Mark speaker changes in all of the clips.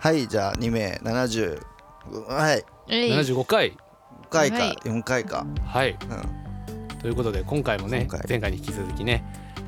Speaker 1: はいじゃあ2名70はい
Speaker 2: えい
Speaker 3: 75回
Speaker 1: 5回か、
Speaker 2: はい
Speaker 1: 4回か、
Speaker 3: はい
Speaker 1: うん、
Speaker 3: ということで今回もね
Speaker 1: 今回
Speaker 3: 前回に引き続きね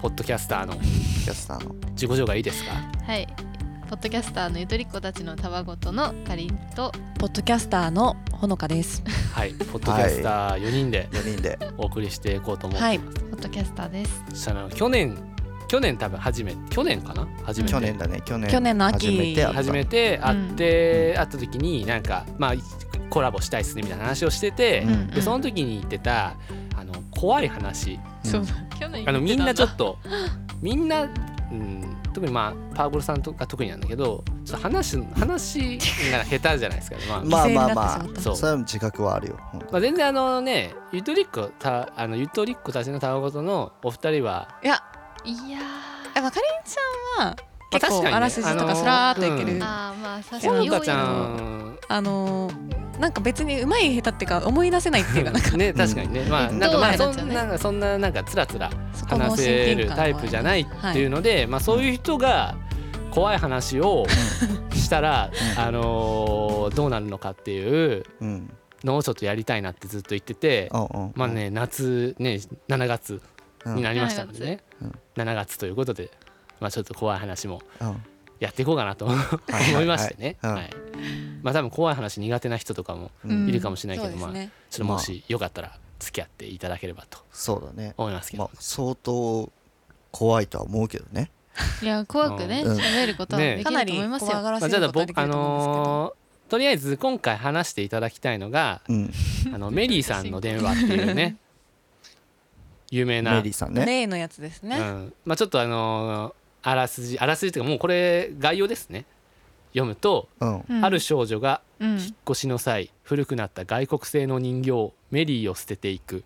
Speaker 3: ポッドキャスターの
Speaker 1: キャスターの
Speaker 3: 自己紹介いいですか
Speaker 2: はいポッドキャスターのゆとりっ子たちのたわごとのかりんと
Speaker 4: ポッドキャスターのほのかです。
Speaker 3: はいポッドキャスター4人で
Speaker 1: 4人で
Speaker 3: お送りしていこうと思って
Speaker 4: はい
Speaker 3: ます、
Speaker 2: ポッドキャスターです
Speaker 3: その去年去年多分初め去年かな初めて
Speaker 1: 去年だね去年
Speaker 4: 去年の秋
Speaker 1: 初めて会った
Speaker 3: 初めて会って、会った時になんかまあコラボしたいっすねみたいな話をしてて、
Speaker 1: うん
Speaker 3: でその時に言ってたあの怖い話
Speaker 1: うん
Speaker 2: そうだ去年
Speaker 3: あのみんなちょっ
Speaker 2: と
Speaker 3: とみんな、うん、特にまあパーゴルさんとか特になんだけどちょっと話す話が下手じゃないですか、まあ
Speaker 1: まあまあま
Speaker 4: 犠牲になってしま
Speaker 1: あ
Speaker 3: そう
Speaker 4: った
Speaker 1: それは自覚はあるよ、うん
Speaker 3: まあ、全然あのねゆとりっ子たあのゆとりっ子たちのたわごとのお二人は、
Speaker 4: いや、
Speaker 2: いや
Speaker 4: えまあかりんちゃんは
Speaker 3: まあ、
Speaker 4: 結
Speaker 3: 確かに、ね、
Speaker 4: 構あらすじとかスラーっといける。
Speaker 3: うん
Speaker 2: ーあーまあ確
Speaker 3: ほ
Speaker 2: かに
Speaker 3: の
Speaker 2: よ
Speaker 3: か
Speaker 2: う
Speaker 3: ちゃ
Speaker 2: や
Speaker 3: ん
Speaker 4: あのーなんか別にうまい下手っていうか思い出せないっていうかなんか
Speaker 3: ね確かにね、まあなんか
Speaker 2: どう
Speaker 3: ま
Speaker 2: な
Speaker 3: あ
Speaker 2: っちゃ
Speaker 3: そ
Speaker 2: うんね
Speaker 3: なんかそんななんかつらつら
Speaker 4: そこの
Speaker 3: 話
Speaker 4: 親
Speaker 3: せ
Speaker 4: 近
Speaker 3: る
Speaker 4: 感
Speaker 3: タイプじゃないっていうので、まあそういう人が怖い話をしたら、
Speaker 1: うん
Speaker 3: あのーどうなるのかっていう
Speaker 1: うん
Speaker 3: のをちょっとやりたいなってずっと言ってて、
Speaker 1: うんうん
Speaker 3: まあね夏ね7月
Speaker 1: うん
Speaker 3: になりましたのでね、
Speaker 1: うん
Speaker 3: 7月ということで、まあ、ちょっと怖い話も
Speaker 1: うん
Speaker 3: やっていこうかなと 思
Speaker 1: い
Speaker 3: いましてね、
Speaker 1: はい
Speaker 3: は
Speaker 1: はい
Speaker 3: いまあ多分怖い話苦手な人とかも
Speaker 1: うん
Speaker 3: いるかもしれない
Speaker 4: そう
Speaker 3: け
Speaker 4: で
Speaker 3: ど、ま
Speaker 4: す
Speaker 3: あ
Speaker 4: ね。
Speaker 3: ちょっともしよかったら付き合っていただければと
Speaker 1: そうだね
Speaker 3: 思いますけ
Speaker 1: まあ
Speaker 3: ど、
Speaker 1: 相当怖いとは思うけどね
Speaker 2: いや怖くね
Speaker 1: うん
Speaker 2: 喋ることは
Speaker 3: ね
Speaker 2: で
Speaker 4: か
Speaker 2: き
Speaker 4: な
Speaker 2: る
Speaker 4: り
Speaker 2: と思いますよ
Speaker 4: 怖がら
Speaker 3: ま
Speaker 4: せ
Speaker 3: あ、じゃ
Speaker 4: る
Speaker 3: あ
Speaker 4: ことはで
Speaker 3: 僕
Speaker 4: き
Speaker 3: あ
Speaker 4: ると思うんですけど。
Speaker 3: のーとりあえず今回話していただきたいのが
Speaker 1: うん
Speaker 3: 「 あのメリーさんの電話」っていうね有名な
Speaker 1: メリーさんね
Speaker 4: 例のやつです
Speaker 3: う
Speaker 4: ね。
Speaker 3: んまあ、ちょっとあのーあらすじあらすじというかもうこれ概要ですね読むと、
Speaker 1: うん
Speaker 2: うん
Speaker 3: ある少女が
Speaker 2: うん
Speaker 3: 引っ越しの際古くなった外国製の人形メリーを捨てていく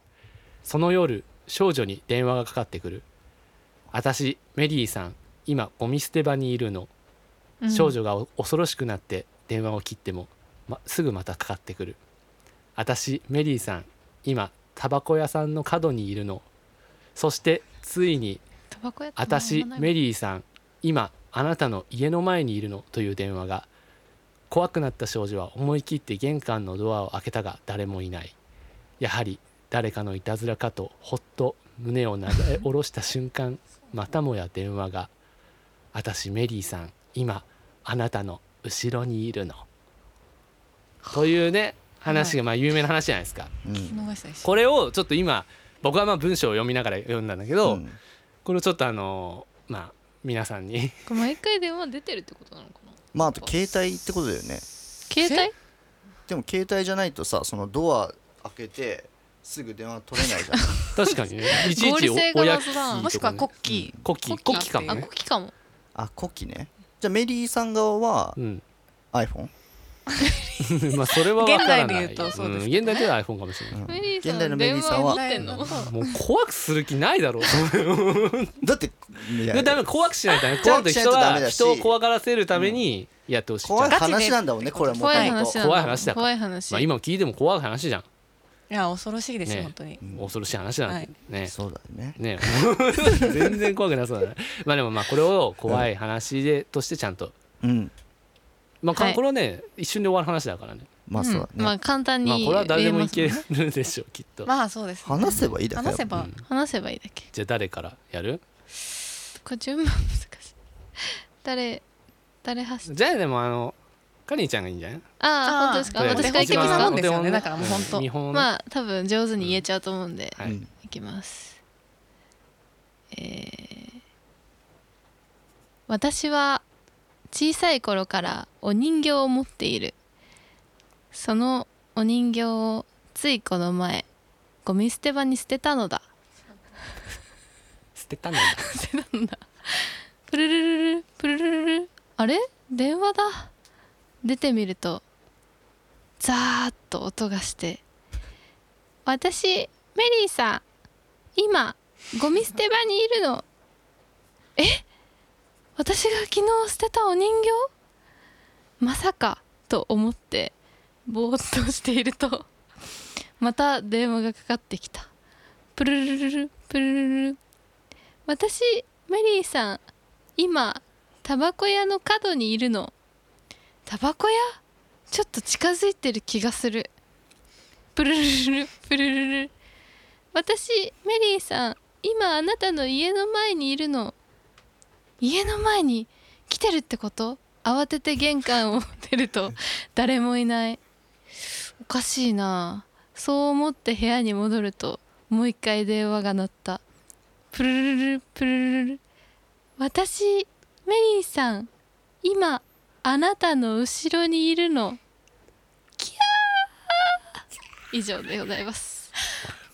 Speaker 3: その夜少女に電話がかかってくる「私メリーさん今ゴミ捨て場にいるの」
Speaker 2: うん
Speaker 3: 少女がお恐ろしくなって電話を切っても、ま、すぐまたかかってくる「私メリーさん今タバコ屋さんの角にいるの」そしてついに
Speaker 2: タバコやっ
Speaker 3: 「
Speaker 2: ても
Speaker 3: 私
Speaker 2: 飲まない
Speaker 3: メリーさん今あなたの家の前にいるの」という電話が怖くなった少女は思い切って玄関のドアを開けたが誰もいないやはり誰かのいたずらかとほっと胸をなで下ろした瞬 間またもや電話が「私メリーさん今あなたの後ろにいるの」というね話がまあ有名な話じゃないですか。
Speaker 1: うん
Speaker 4: 聞き逃したりし
Speaker 3: これをちょっと今僕はまあ文章を読みながら読んだんだけど、
Speaker 1: うん
Speaker 3: これをちょっとあのーまあ皆さんに
Speaker 2: これ毎回電話出てるってことなのかな
Speaker 1: まああと携帯ってことだよね
Speaker 2: 携帯
Speaker 1: でも携帯じゃないとさそのドア開けてすぐ電話取れないじゃん
Speaker 3: 確かにねいちい
Speaker 2: 合
Speaker 3: ち
Speaker 2: 理
Speaker 3: お
Speaker 2: 性
Speaker 3: お
Speaker 2: が
Speaker 3: や
Speaker 2: 謎だな
Speaker 4: もしくはコッキ
Speaker 3: コキコキかも
Speaker 2: あ
Speaker 3: ね
Speaker 2: コキかも
Speaker 1: あコキねじゃあメリーさん側は
Speaker 3: うん
Speaker 1: iPhone
Speaker 3: まあそれは分からない
Speaker 4: 現代で言うとそうです
Speaker 3: ん現代では iPhone かもしれな
Speaker 2: メ
Speaker 3: い、
Speaker 2: リー
Speaker 1: 現
Speaker 2: さ
Speaker 1: 代の
Speaker 2: ん
Speaker 1: メリー
Speaker 2: 電
Speaker 1: さ
Speaker 2: 話
Speaker 1: んは
Speaker 2: 持
Speaker 4: は
Speaker 2: ってんの
Speaker 3: もう怖くする気ないだろう
Speaker 1: だっていや
Speaker 3: ダメ怖くしないとダメ怖く
Speaker 1: しない
Speaker 3: 人
Speaker 1: とダメ
Speaker 3: は
Speaker 1: だし
Speaker 3: 人を怖がらせるためにやってほしいじゃん
Speaker 1: 怖い
Speaker 4: ガチで
Speaker 1: 話なんだもんねこれはも
Speaker 2: 怖
Speaker 1: と
Speaker 2: い話なん
Speaker 3: 怖い話だから
Speaker 2: 怖い話
Speaker 3: まあ今聞いても怖い話じゃん
Speaker 4: ー。いや恐ろしいです
Speaker 3: ね
Speaker 4: よ本当に。
Speaker 1: うん
Speaker 3: 恐ろしい話なんだ、
Speaker 4: はい
Speaker 3: ね
Speaker 1: そうだよね
Speaker 3: ね 全然怖くなさそうだねまあでもまあこれを怖い話でとしてちゃんと
Speaker 1: うん
Speaker 3: まあか
Speaker 2: はい
Speaker 3: これはね一瞬で終わる話だからね
Speaker 1: まあそうだね、
Speaker 2: まあ簡単に
Speaker 3: まあこれは誰でも
Speaker 2: 言
Speaker 3: いけ
Speaker 2: えます
Speaker 3: るでしょうきっと、
Speaker 4: まあそうですね。
Speaker 1: 話せばいいだけだ
Speaker 4: 話せば
Speaker 3: うん
Speaker 2: もん話せばいいだけ
Speaker 3: じゃあ誰からやる
Speaker 2: これ順番難しい誰誰発信
Speaker 3: じゃあでもあのかりんちゃんがいいんじゃない
Speaker 2: ああ
Speaker 4: あー
Speaker 2: 本当ですか
Speaker 3: とりあえず
Speaker 2: 私が
Speaker 4: お
Speaker 2: 行
Speaker 4: 手
Speaker 2: き
Speaker 4: 本
Speaker 2: ま
Speaker 4: 的なもん
Speaker 2: す
Speaker 4: で
Speaker 2: か
Speaker 3: お
Speaker 4: すよね
Speaker 3: 手本
Speaker 4: だからもう本当
Speaker 3: 見本をね
Speaker 2: まあ多分上手に言えちゃうと思うんで
Speaker 3: はい
Speaker 1: うん
Speaker 2: 行きますえー私は小さい頃からお人形を持っているそのお人形をついこの前ゴミ捨て場に捨てたのだ
Speaker 3: 捨てたんだ
Speaker 2: プルルルルプルルルルあれ電話だ出てみるとザーッと音がして「私メリーさん今ゴミ捨て場にいるの」え私が昨日捨てたお人形まさかと思ってぼーっとしているとまた電話がかかってきたプルルルルプルルルル私メリーさん今タバコ屋の角にいるのタバコ屋ちょっと近づいてる気がするプルルルルプルルルル私メリーさん今あなたの家の前にいるの家の前に来てるってこと慌てて玄関を出ると誰もいないおかしいなそう思って部屋に戻るともう一回電話が鳴ったプルルルルプルルルル私メリーさん今あなたの後ろにいるのキャー以上でございます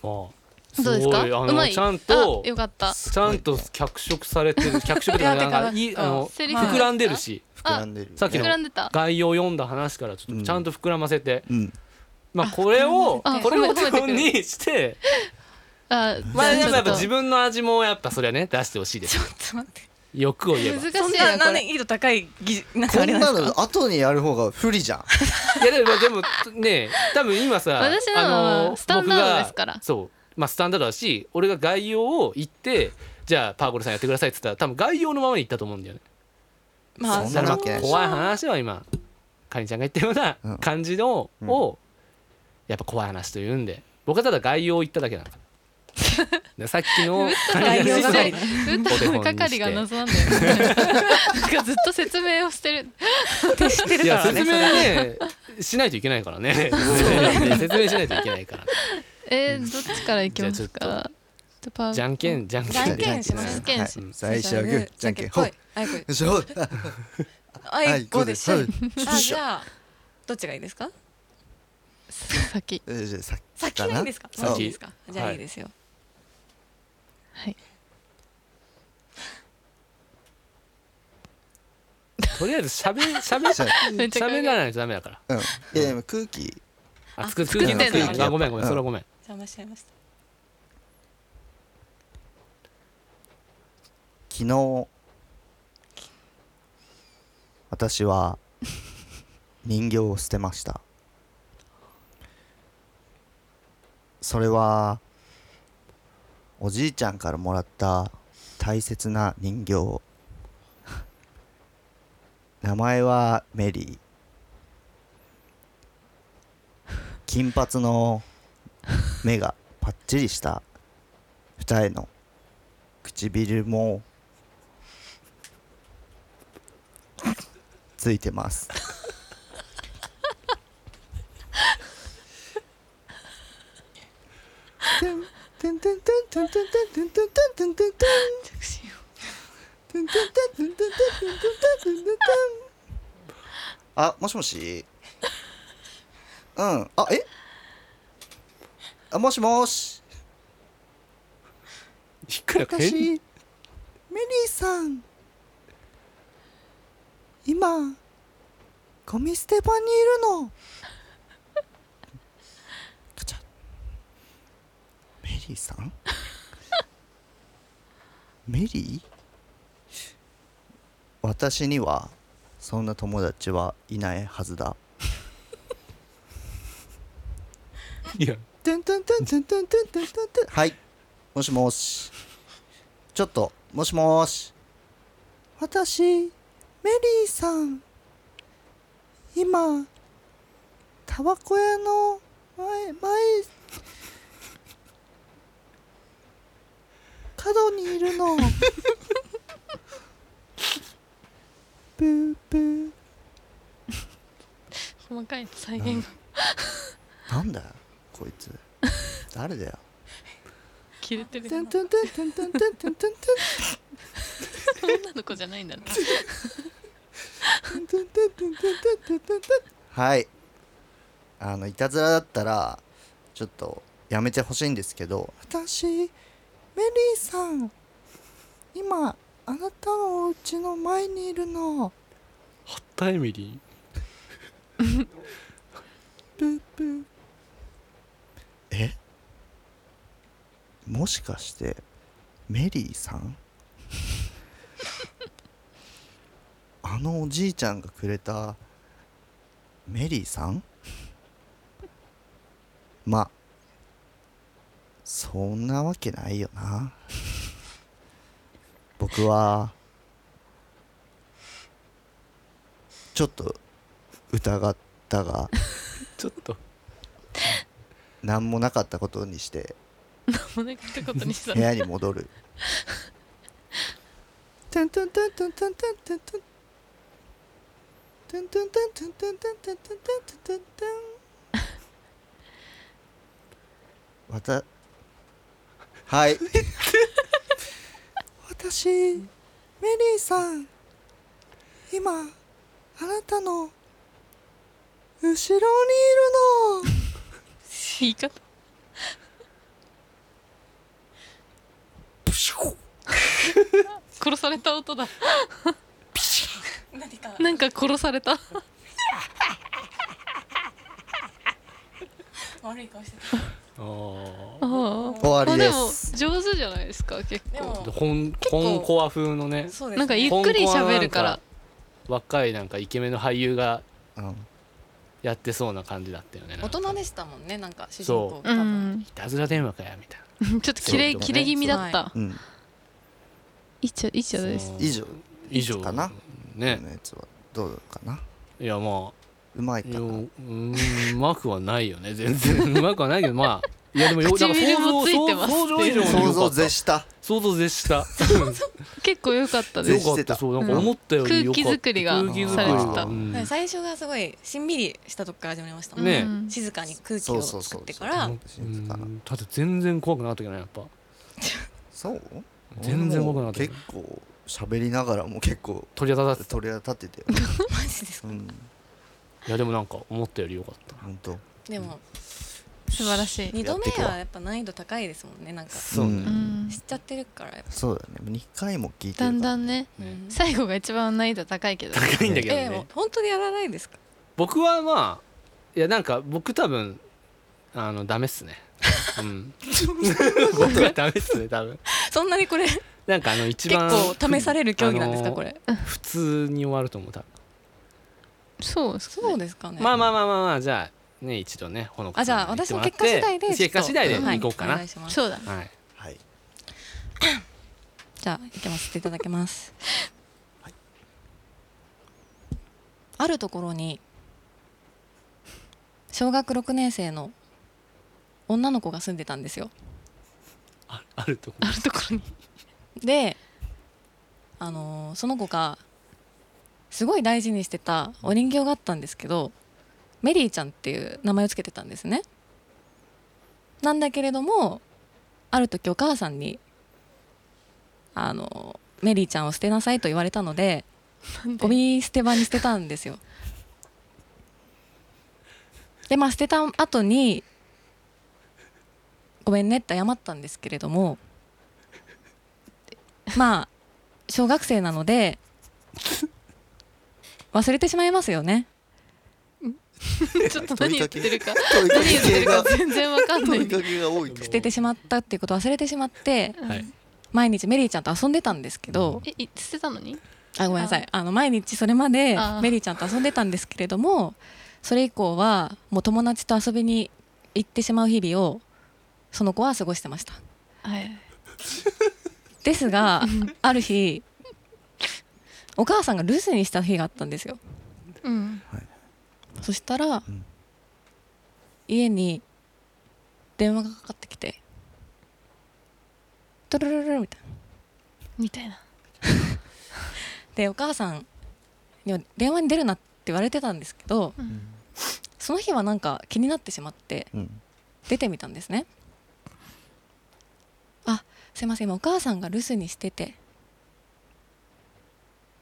Speaker 3: もう
Speaker 2: どうですか
Speaker 3: すごいあ
Speaker 2: うま
Speaker 3: の
Speaker 2: い
Speaker 3: ちゃんと
Speaker 2: あよかった
Speaker 3: ちゃんと脚色されてる脚色っていうかなんかいいあの
Speaker 2: セリフ
Speaker 3: 膨らんでるし
Speaker 1: 膨らんでるよね
Speaker 3: さっき
Speaker 2: 膨
Speaker 3: の
Speaker 2: らんでた
Speaker 3: 概要読んだ話からちょっ
Speaker 1: う
Speaker 3: と
Speaker 1: ん
Speaker 3: ちゃんと膨らませて、
Speaker 1: うん
Speaker 3: まあこれを
Speaker 2: あ
Speaker 3: これを
Speaker 2: 褒め
Speaker 3: 基
Speaker 2: 褒めてく
Speaker 3: 本にして
Speaker 2: あ
Speaker 3: まあ
Speaker 2: じ
Speaker 3: で
Speaker 2: ゃ
Speaker 3: もやっぱ自
Speaker 2: ちょ
Speaker 3: 分の味もやっぱそれはね出してほしいです
Speaker 4: ちょっと待って。
Speaker 3: 欲を言えば
Speaker 2: っと
Speaker 4: そ
Speaker 2: 難
Speaker 4: ん
Speaker 2: しい
Speaker 4: な
Speaker 2: なこ
Speaker 4: 難
Speaker 2: れ
Speaker 4: 易度高い技術なんか
Speaker 1: こ
Speaker 4: あ
Speaker 1: ん
Speaker 4: れなんで
Speaker 1: な
Speaker 4: すか。
Speaker 1: の後にやる方が不利じゃん
Speaker 3: いやでもでもね多分今さ
Speaker 2: 私のはスタンダード
Speaker 3: 僕が
Speaker 2: ですから
Speaker 3: そうまあスタンダードだし俺が概要を言ってじゃあパーゴルさんやってくださいって言ったら多分概要のままに言ったと思うんだよね
Speaker 4: まあ
Speaker 1: そん
Speaker 3: だ
Speaker 1: な
Speaker 3: から
Speaker 1: わ
Speaker 3: ま
Speaker 1: けない
Speaker 3: あ
Speaker 1: し
Speaker 3: 怖い話は今かりんちゃんが言ったよう
Speaker 1: うん
Speaker 3: な感じの
Speaker 1: うん
Speaker 3: をやっぱ怖い話というんで僕はただ概要を言っただけなので さっきの
Speaker 4: 概要
Speaker 3: かり
Speaker 4: 係
Speaker 3: んちゃん
Speaker 4: ね。
Speaker 2: 歌の係が謎なんだよね なんかずっと説明をしてる
Speaker 4: 徹して
Speaker 3: い
Speaker 4: るか
Speaker 3: や
Speaker 4: ら
Speaker 3: 説明
Speaker 4: ね。それ
Speaker 3: ねしないといけないからね 説明しないといけないから
Speaker 2: えーどっちから行きます
Speaker 3: じゃあ
Speaker 2: かちょっとパー
Speaker 3: じゃんけんじゃんけん
Speaker 4: じゃんけんします
Speaker 2: じゃんけんし
Speaker 1: はい
Speaker 3: ます
Speaker 1: 最初はグーじゃんけんほい
Speaker 4: じゃんけんぽ
Speaker 1: よ
Speaker 4: い
Speaker 1: いしょは
Speaker 4: あいこいあいこうでしょ
Speaker 1: はい。
Speaker 4: あじゃあどっちがいいですか。
Speaker 2: 先
Speaker 1: えーじゃあさっき
Speaker 4: 先がいいですか。
Speaker 1: そう
Speaker 4: 先いいですか。
Speaker 3: 先
Speaker 4: じゃあいいですよ。
Speaker 2: はい
Speaker 3: とりあえずしゃべ しゃべしゃ
Speaker 2: めっちゃ考え
Speaker 3: べらないとダメだから
Speaker 1: うんいやでも空気
Speaker 3: あ
Speaker 4: あ
Speaker 3: 作って
Speaker 4: 作
Speaker 1: ってんだ
Speaker 3: 作ってあごめんごめん
Speaker 1: うん
Speaker 3: それは ごめん
Speaker 4: 邪魔しちゃいました。
Speaker 1: 昨日私は人形を捨てましたそれはおじいちゃんからもらった大切な人形名前はメリー金髪の目がパッチリした二重の唇もついてますあもしも しうんあえあもしもし
Speaker 3: いくらか
Speaker 1: 私メリーさん今ゴミ捨て場にいるのガチャメリーさ んメリー私にはそんな友達はいないはずだ
Speaker 3: いや
Speaker 1: てんてんてんてんてんてんてんてんてんはいもしもしちょっともしもし私メリーさん今タバコ屋の前前角にいるのブーブー
Speaker 2: 細かい再現が
Speaker 1: なんだよこいつ誰だよ
Speaker 2: 切れてる
Speaker 1: てん
Speaker 2: 女
Speaker 1: てんてんてんてんてんてんてんてん
Speaker 2: の子じゃないんだね
Speaker 1: はいあのいたずらだったらちょっとやめてほしいんですけど私メリーさん今あなたのお家の前にいるの
Speaker 3: ハッタエミリ
Speaker 1: プープーえもしかしてメリーさん あのおじいちゃんがくれたメリーさん まあそんなわけないよな僕はちょっと疑ったが
Speaker 3: ちょっと
Speaker 1: 何もなかったことにして
Speaker 2: もうなんか一言にした
Speaker 1: 部屋に戻 るトゥントゥントゥントゥントゥントゥントゥントゥントゥントゥントゥントゥントゥントゥントゥントゥントゥントゥンわたはい 私メリーさん今あなたの後ろにいるの
Speaker 2: 言い方
Speaker 1: プシュッ
Speaker 2: 殺された音だ
Speaker 4: 何か
Speaker 2: なんか殺された
Speaker 4: 悪い顔して
Speaker 3: あ
Speaker 2: 終
Speaker 1: 終わりです
Speaker 2: でも上手じゃないですか結
Speaker 4: でも
Speaker 2: 構
Speaker 3: あ本本コア風のね
Speaker 4: そう
Speaker 2: なんかゆっくり喋るから
Speaker 3: 若いなんかイケメンの俳優が
Speaker 1: うん
Speaker 3: やってそうな感じだったよねなん
Speaker 4: 大
Speaker 3: か
Speaker 4: 人でしたもんねなんか主人
Speaker 3: そ
Speaker 4: 公
Speaker 2: う
Speaker 4: 多分
Speaker 2: ん
Speaker 3: いたずら電話かやみたいな
Speaker 2: ちょっと切れ
Speaker 1: そう
Speaker 2: 切れ気味だっ
Speaker 4: は
Speaker 2: た
Speaker 1: うん
Speaker 2: いいちゃいいちゃです
Speaker 3: その
Speaker 1: 以上
Speaker 3: 以上
Speaker 1: かな
Speaker 3: ね
Speaker 1: このやつはどうかない
Speaker 3: やまあ
Speaker 1: うまいか
Speaker 3: よ
Speaker 1: な
Speaker 3: うーんうまくはないよね全然 うまくはないけどまあいやでもよなんか
Speaker 2: 唇もついてます
Speaker 3: 想像想像以上に
Speaker 1: 想
Speaker 3: 良か
Speaker 1: 像
Speaker 3: った
Speaker 1: 絶した
Speaker 3: 想像絶 した
Speaker 2: 結構良かったで
Speaker 1: 絶
Speaker 3: よ
Speaker 1: し
Speaker 2: す
Speaker 3: かって
Speaker 1: た
Speaker 3: たそうなんか思ったより良かった
Speaker 2: 空気作りが
Speaker 3: 空気作り
Speaker 1: されてた
Speaker 3: うん
Speaker 4: はい最初がすごいしんみりしたとこから始まりましたもん
Speaker 3: ね
Speaker 2: うん
Speaker 4: 静かに空気を作ってから
Speaker 1: ん静かな
Speaker 3: うんだって全然怖くなかったけどねやっぱ
Speaker 1: そう
Speaker 3: 全然怖くなかった
Speaker 1: 結構喋りながらも結構
Speaker 3: 鳥肌立つ
Speaker 1: 鳥肌立ってて
Speaker 4: マジです
Speaker 1: うん
Speaker 3: いやでもなんか思ったより良かった
Speaker 1: 本当
Speaker 4: でも
Speaker 2: 素晴らしい
Speaker 4: 二度
Speaker 1: やって
Speaker 4: 目
Speaker 1: くわ
Speaker 4: はやっぱ難易度高いですもんねなんか知
Speaker 1: そうね
Speaker 2: うん
Speaker 4: っちゃってるからやっぱ
Speaker 1: そうだね2回も聞いて
Speaker 2: だん
Speaker 1: るか
Speaker 2: だ
Speaker 1: ら
Speaker 2: んね
Speaker 3: ね
Speaker 2: 最後が一番難易度高いけど
Speaker 3: 高いんだけど
Speaker 4: えーも
Speaker 3: ね
Speaker 4: う本当にやらないですか
Speaker 3: 僕はまあいやなんか僕多分あのダメっすねうん 僕はダメっすね多分
Speaker 4: そんなにこれ結
Speaker 3: なんかあの 一番
Speaker 4: 構試される競技なんです
Speaker 3: あ
Speaker 4: か
Speaker 3: の
Speaker 4: これ
Speaker 3: 普通に終わると思う多分
Speaker 2: そうです
Speaker 4: そうですかね
Speaker 3: まあまあまあまあまあじゃあね一度ねほのか
Speaker 4: あじ
Speaker 3: さん
Speaker 4: ゃあ
Speaker 3: に言っ
Speaker 4: 私
Speaker 3: ても
Speaker 4: の
Speaker 3: らって
Speaker 4: 結果次第でち
Speaker 3: 結果次第で
Speaker 4: ょっとはい
Speaker 3: 行こうか
Speaker 4: お
Speaker 3: な
Speaker 4: 願いします
Speaker 2: そうだ
Speaker 3: はい
Speaker 1: はい
Speaker 4: じゃあ行きますいただきます、あるところに小学6年生の女の子が住んでたんですよ
Speaker 3: ああるとこ
Speaker 2: あるところに
Speaker 4: で、あのーその子がすごい大事にしてたお人形があったんですけどメリーちゃんっていう名前をつけてたんですねなんだけれどもある時お母さんに、あのーメリーちゃんを捨てなさいと言われたのでゴミ捨て場に捨てたんですよでまあ捨てた後にごめんねって謝ったんですけれどもまあ小学生なので忘れてしまいますよね
Speaker 2: ちょっと何言ってるか
Speaker 1: 問いか
Speaker 2: 何言って
Speaker 1: け
Speaker 2: るか
Speaker 1: が
Speaker 2: 全然わかんな
Speaker 1: 問
Speaker 2: い
Speaker 1: いかけが多いけ
Speaker 4: 捨
Speaker 1: ど
Speaker 4: ててしまったっていうことを忘れてしまって
Speaker 3: はい
Speaker 4: 毎日メリーちゃんと遊んでたんですけど
Speaker 2: えい捨てたのに
Speaker 4: あごめんなさいあの毎日それまで
Speaker 2: あー
Speaker 4: メリーちゃんと遊んでたんですけれどもそれ以降はもう友達と遊びに行ってしまう日々をその子は過ごしてました
Speaker 2: はい
Speaker 4: ですがある日お母さんが留守にした日があったんですよ
Speaker 2: うん
Speaker 4: そしたら、
Speaker 1: うん
Speaker 4: 家に電話がかかってきて「トゥルルルル」みたいな
Speaker 2: みたいな
Speaker 4: でお母さんには電話に出るなって言われてたんですけど
Speaker 1: うん
Speaker 4: その日はなんか気になってしまって
Speaker 1: うん
Speaker 4: 出てみたんですねあすいません今お母さんが留守にしてて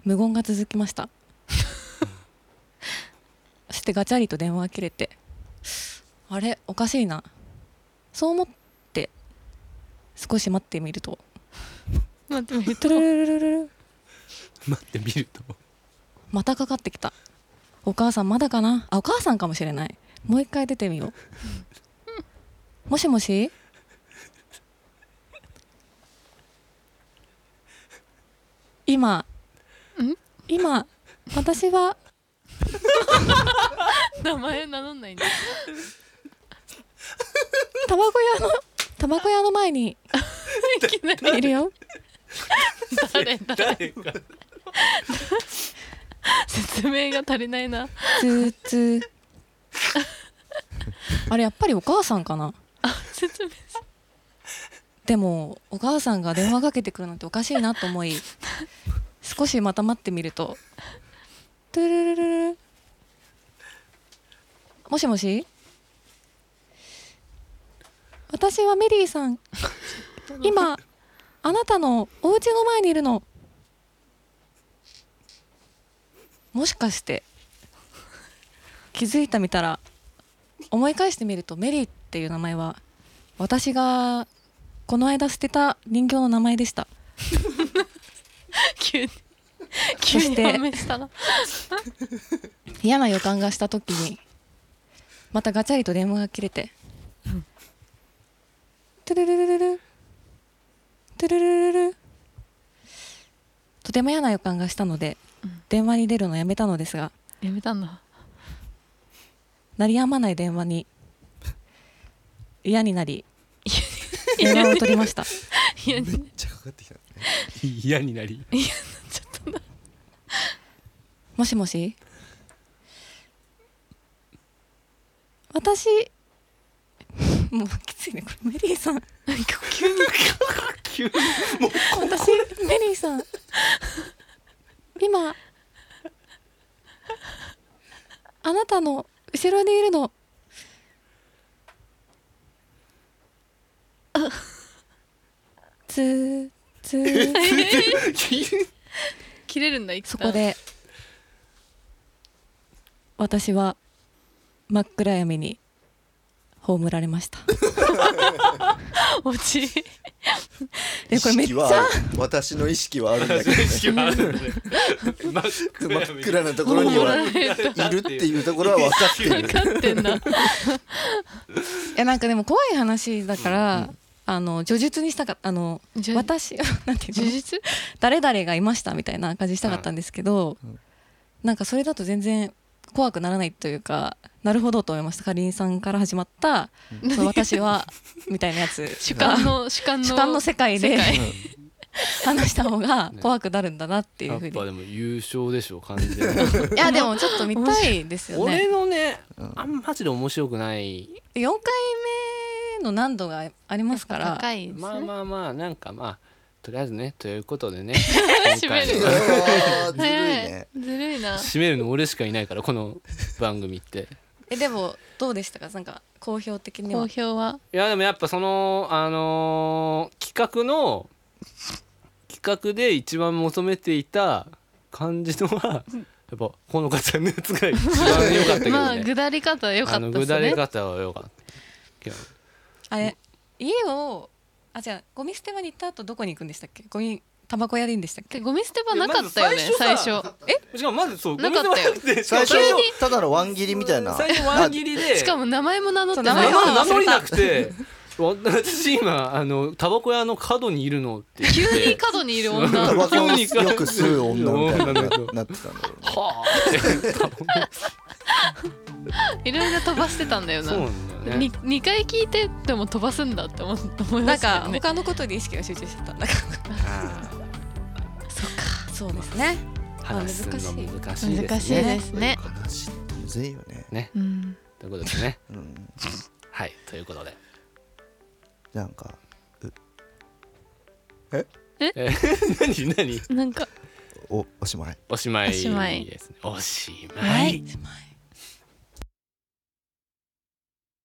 Speaker 4: 無言が続きました そしてガチャリと電話が切れてあれおかしいなそう思って少し待ってみると
Speaker 2: 待ってみる
Speaker 4: トゥ
Speaker 2: と
Speaker 4: ルルルルル
Speaker 3: 待ってみると
Speaker 4: またかかってきたお母さんまだかなあお母さんかもしれないもう一回出てみよう もしもし今
Speaker 2: ん
Speaker 4: 今私は
Speaker 2: 名前名乗んない んだ
Speaker 4: タバコ屋のタバコ屋の前に
Speaker 2: いきなり
Speaker 4: いるよ
Speaker 2: 誰誰
Speaker 3: 誰か
Speaker 2: 説明が足りないな
Speaker 4: ツーツーあれやっぱりお母さんかな
Speaker 2: 説明
Speaker 4: でもお母さんが電話かけてくるなんておかしいなと思い少しまた待ってみると「トゥルルルル」「もしもし私はメリーさん今あなたのお家の前にいるの」もしかして気づいたみたら思い返してみるとメリーっていう名前は私がこの間捨てた人形の名前でした
Speaker 2: 急に急
Speaker 4: そして
Speaker 2: に判明したな
Speaker 4: 嫌な予感がした時にまたガチャリと電話が切れて「トゥルルルルルトゥルルルルル」とても嫌な予感がしたので
Speaker 2: うん
Speaker 4: 電話に出るのをやめたのですが
Speaker 2: やめたんだ
Speaker 4: 鳴りやまない電話に嫌になり電話を取りました
Speaker 2: いや
Speaker 5: めっちゃかかってきたね
Speaker 3: 嫌になり
Speaker 4: もしもし私 もうきついねこれメリーさん
Speaker 2: 急に
Speaker 4: 私メリーさん今あなたの後ろにいるのつーつー
Speaker 2: 切れるんだ一
Speaker 4: そ
Speaker 2: 旦
Speaker 4: こで私は真っ暗闇に葬られま した
Speaker 2: 落ち
Speaker 4: え
Speaker 5: 意
Speaker 4: これめ
Speaker 5: 識
Speaker 4: っち
Speaker 5: はあ
Speaker 4: ゃ
Speaker 5: る私の意識はあるんだけど
Speaker 3: はあるので 真っ
Speaker 5: 真っ暗なところに
Speaker 2: 葬ら
Speaker 5: は
Speaker 2: れる
Speaker 5: いるっていうところは分かってる
Speaker 2: かかってんだ
Speaker 4: いやなんかでも怖い話だから、あの叙述にしたかあの
Speaker 2: じゅ
Speaker 4: 私 なんていう
Speaker 2: 呪
Speaker 4: の
Speaker 2: 術
Speaker 4: 誰々がいましたみたいな感じしたかったんですけど、
Speaker 5: うん
Speaker 4: なんかそれだと全然怖くならないというかなるほどと思いましたかりんさんから始まった「そう私は」みたいなやつ
Speaker 2: 主観の主観の
Speaker 4: 主観の世界
Speaker 2: 世
Speaker 4: で
Speaker 2: 界
Speaker 4: 話した方が怖くなるんだなってい
Speaker 3: や
Speaker 4: う
Speaker 3: っ
Speaker 4: ふうに
Speaker 3: ぱでも優勝でしょ完全に
Speaker 4: いやでもちょっと見たいですよね
Speaker 3: 俺のねあんまマジで面白くない
Speaker 4: 4回目の難度がありますから
Speaker 2: 高いですね、
Speaker 3: まあまあまあなんかまあとりあえずねということでね
Speaker 2: 締める
Speaker 5: う
Speaker 3: 今
Speaker 5: わー
Speaker 3: 回
Speaker 5: ずるい
Speaker 2: 早い
Speaker 5: ね
Speaker 2: ずるいな
Speaker 3: 締めるの俺しかいないからこの番組って
Speaker 4: えでもどうでしたかなんか好評的には
Speaker 2: 好評はい
Speaker 3: やでもやっぱそのあのー企画の企画で一番求めていた感じ のはやっぱこの方のやつが一番良かったけどね、
Speaker 2: まあ下り方良か
Speaker 3: あ
Speaker 2: った
Speaker 3: の
Speaker 2: で
Speaker 3: ぐ
Speaker 2: す
Speaker 3: だ
Speaker 2: ね
Speaker 3: り方は良かったけど
Speaker 4: あれ家をあじゃあゴミ捨て場に行った後どこに行くんでしたっけゴミタバコ屋でいいんでしたっけ
Speaker 2: でゴミ捨て場なかったよ
Speaker 3: い
Speaker 2: ね
Speaker 3: や
Speaker 2: 最
Speaker 3: まず最
Speaker 2: 初
Speaker 3: 初さしかもまずそう
Speaker 2: なかったよ
Speaker 3: ゴミの中でしか
Speaker 5: 最
Speaker 3: も
Speaker 5: 初
Speaker 3: 最初
Speaker 5: ただのワン切りみたいな
Speaker 3: 最初ワン切り で
Speaker 2: しかも名前も名乗って
Speaker 3: 名
Speaker 4: 名
Speaker 2: な
Speaker 4: 前
Speaker 2: い
Speaker 3: 前
Speaker 4: を
Speaker 3: を名乗りなくて私今あのタバコ屋の角にいるのって言って
Speaker 2: 急に角にいる
Speaker 5: タ
Speaker 2: 女
Speaker 5: バコを
Speaker 3: 急に
Speaker 5: よく吸う女みたいにななってたんだろうね
Speaker 3: はあって
Speaker 2: いろいろ飛ばしてたんだよ
Speaker 3: そう
Speaker 2: な
Speaker 3: なんだよね
Speaker 2: に二回聞いてでも飛ばすんだって思思い
Speaker 4: な
Speaker 2: ま
Speaker 4: ん
Speaker 2: した
Speaker 4: か
Speaker 2: よね
Speaker 4: 他のことに意識が集中しちゃったなんか
Speaker 2: そっか
Speaker 4: そうですね
Speaker 3: 話す
Speaker 4: 難しい
Speaker 3: の難しいで
Speaker 2: 難し
Speaker 3: す
Speaker 2: い
Speaker 3: ね
Speaker 2: ですね
Speaker 5: 話ってむずいよね
Speaker 2: うん
Speaker 3: ということですね
Speaker 5: うん
Speaker 3: はいということで
Speaker 5: なんか
Speaker 3: え何何
Speaker 2: なんか
Speaker 5: おおしまい
Speaker 3: おしまい
Speaker 2: おしまい
Speaker 3: ですねおしまい
Speaker 2: はい
Speaker 4: しまい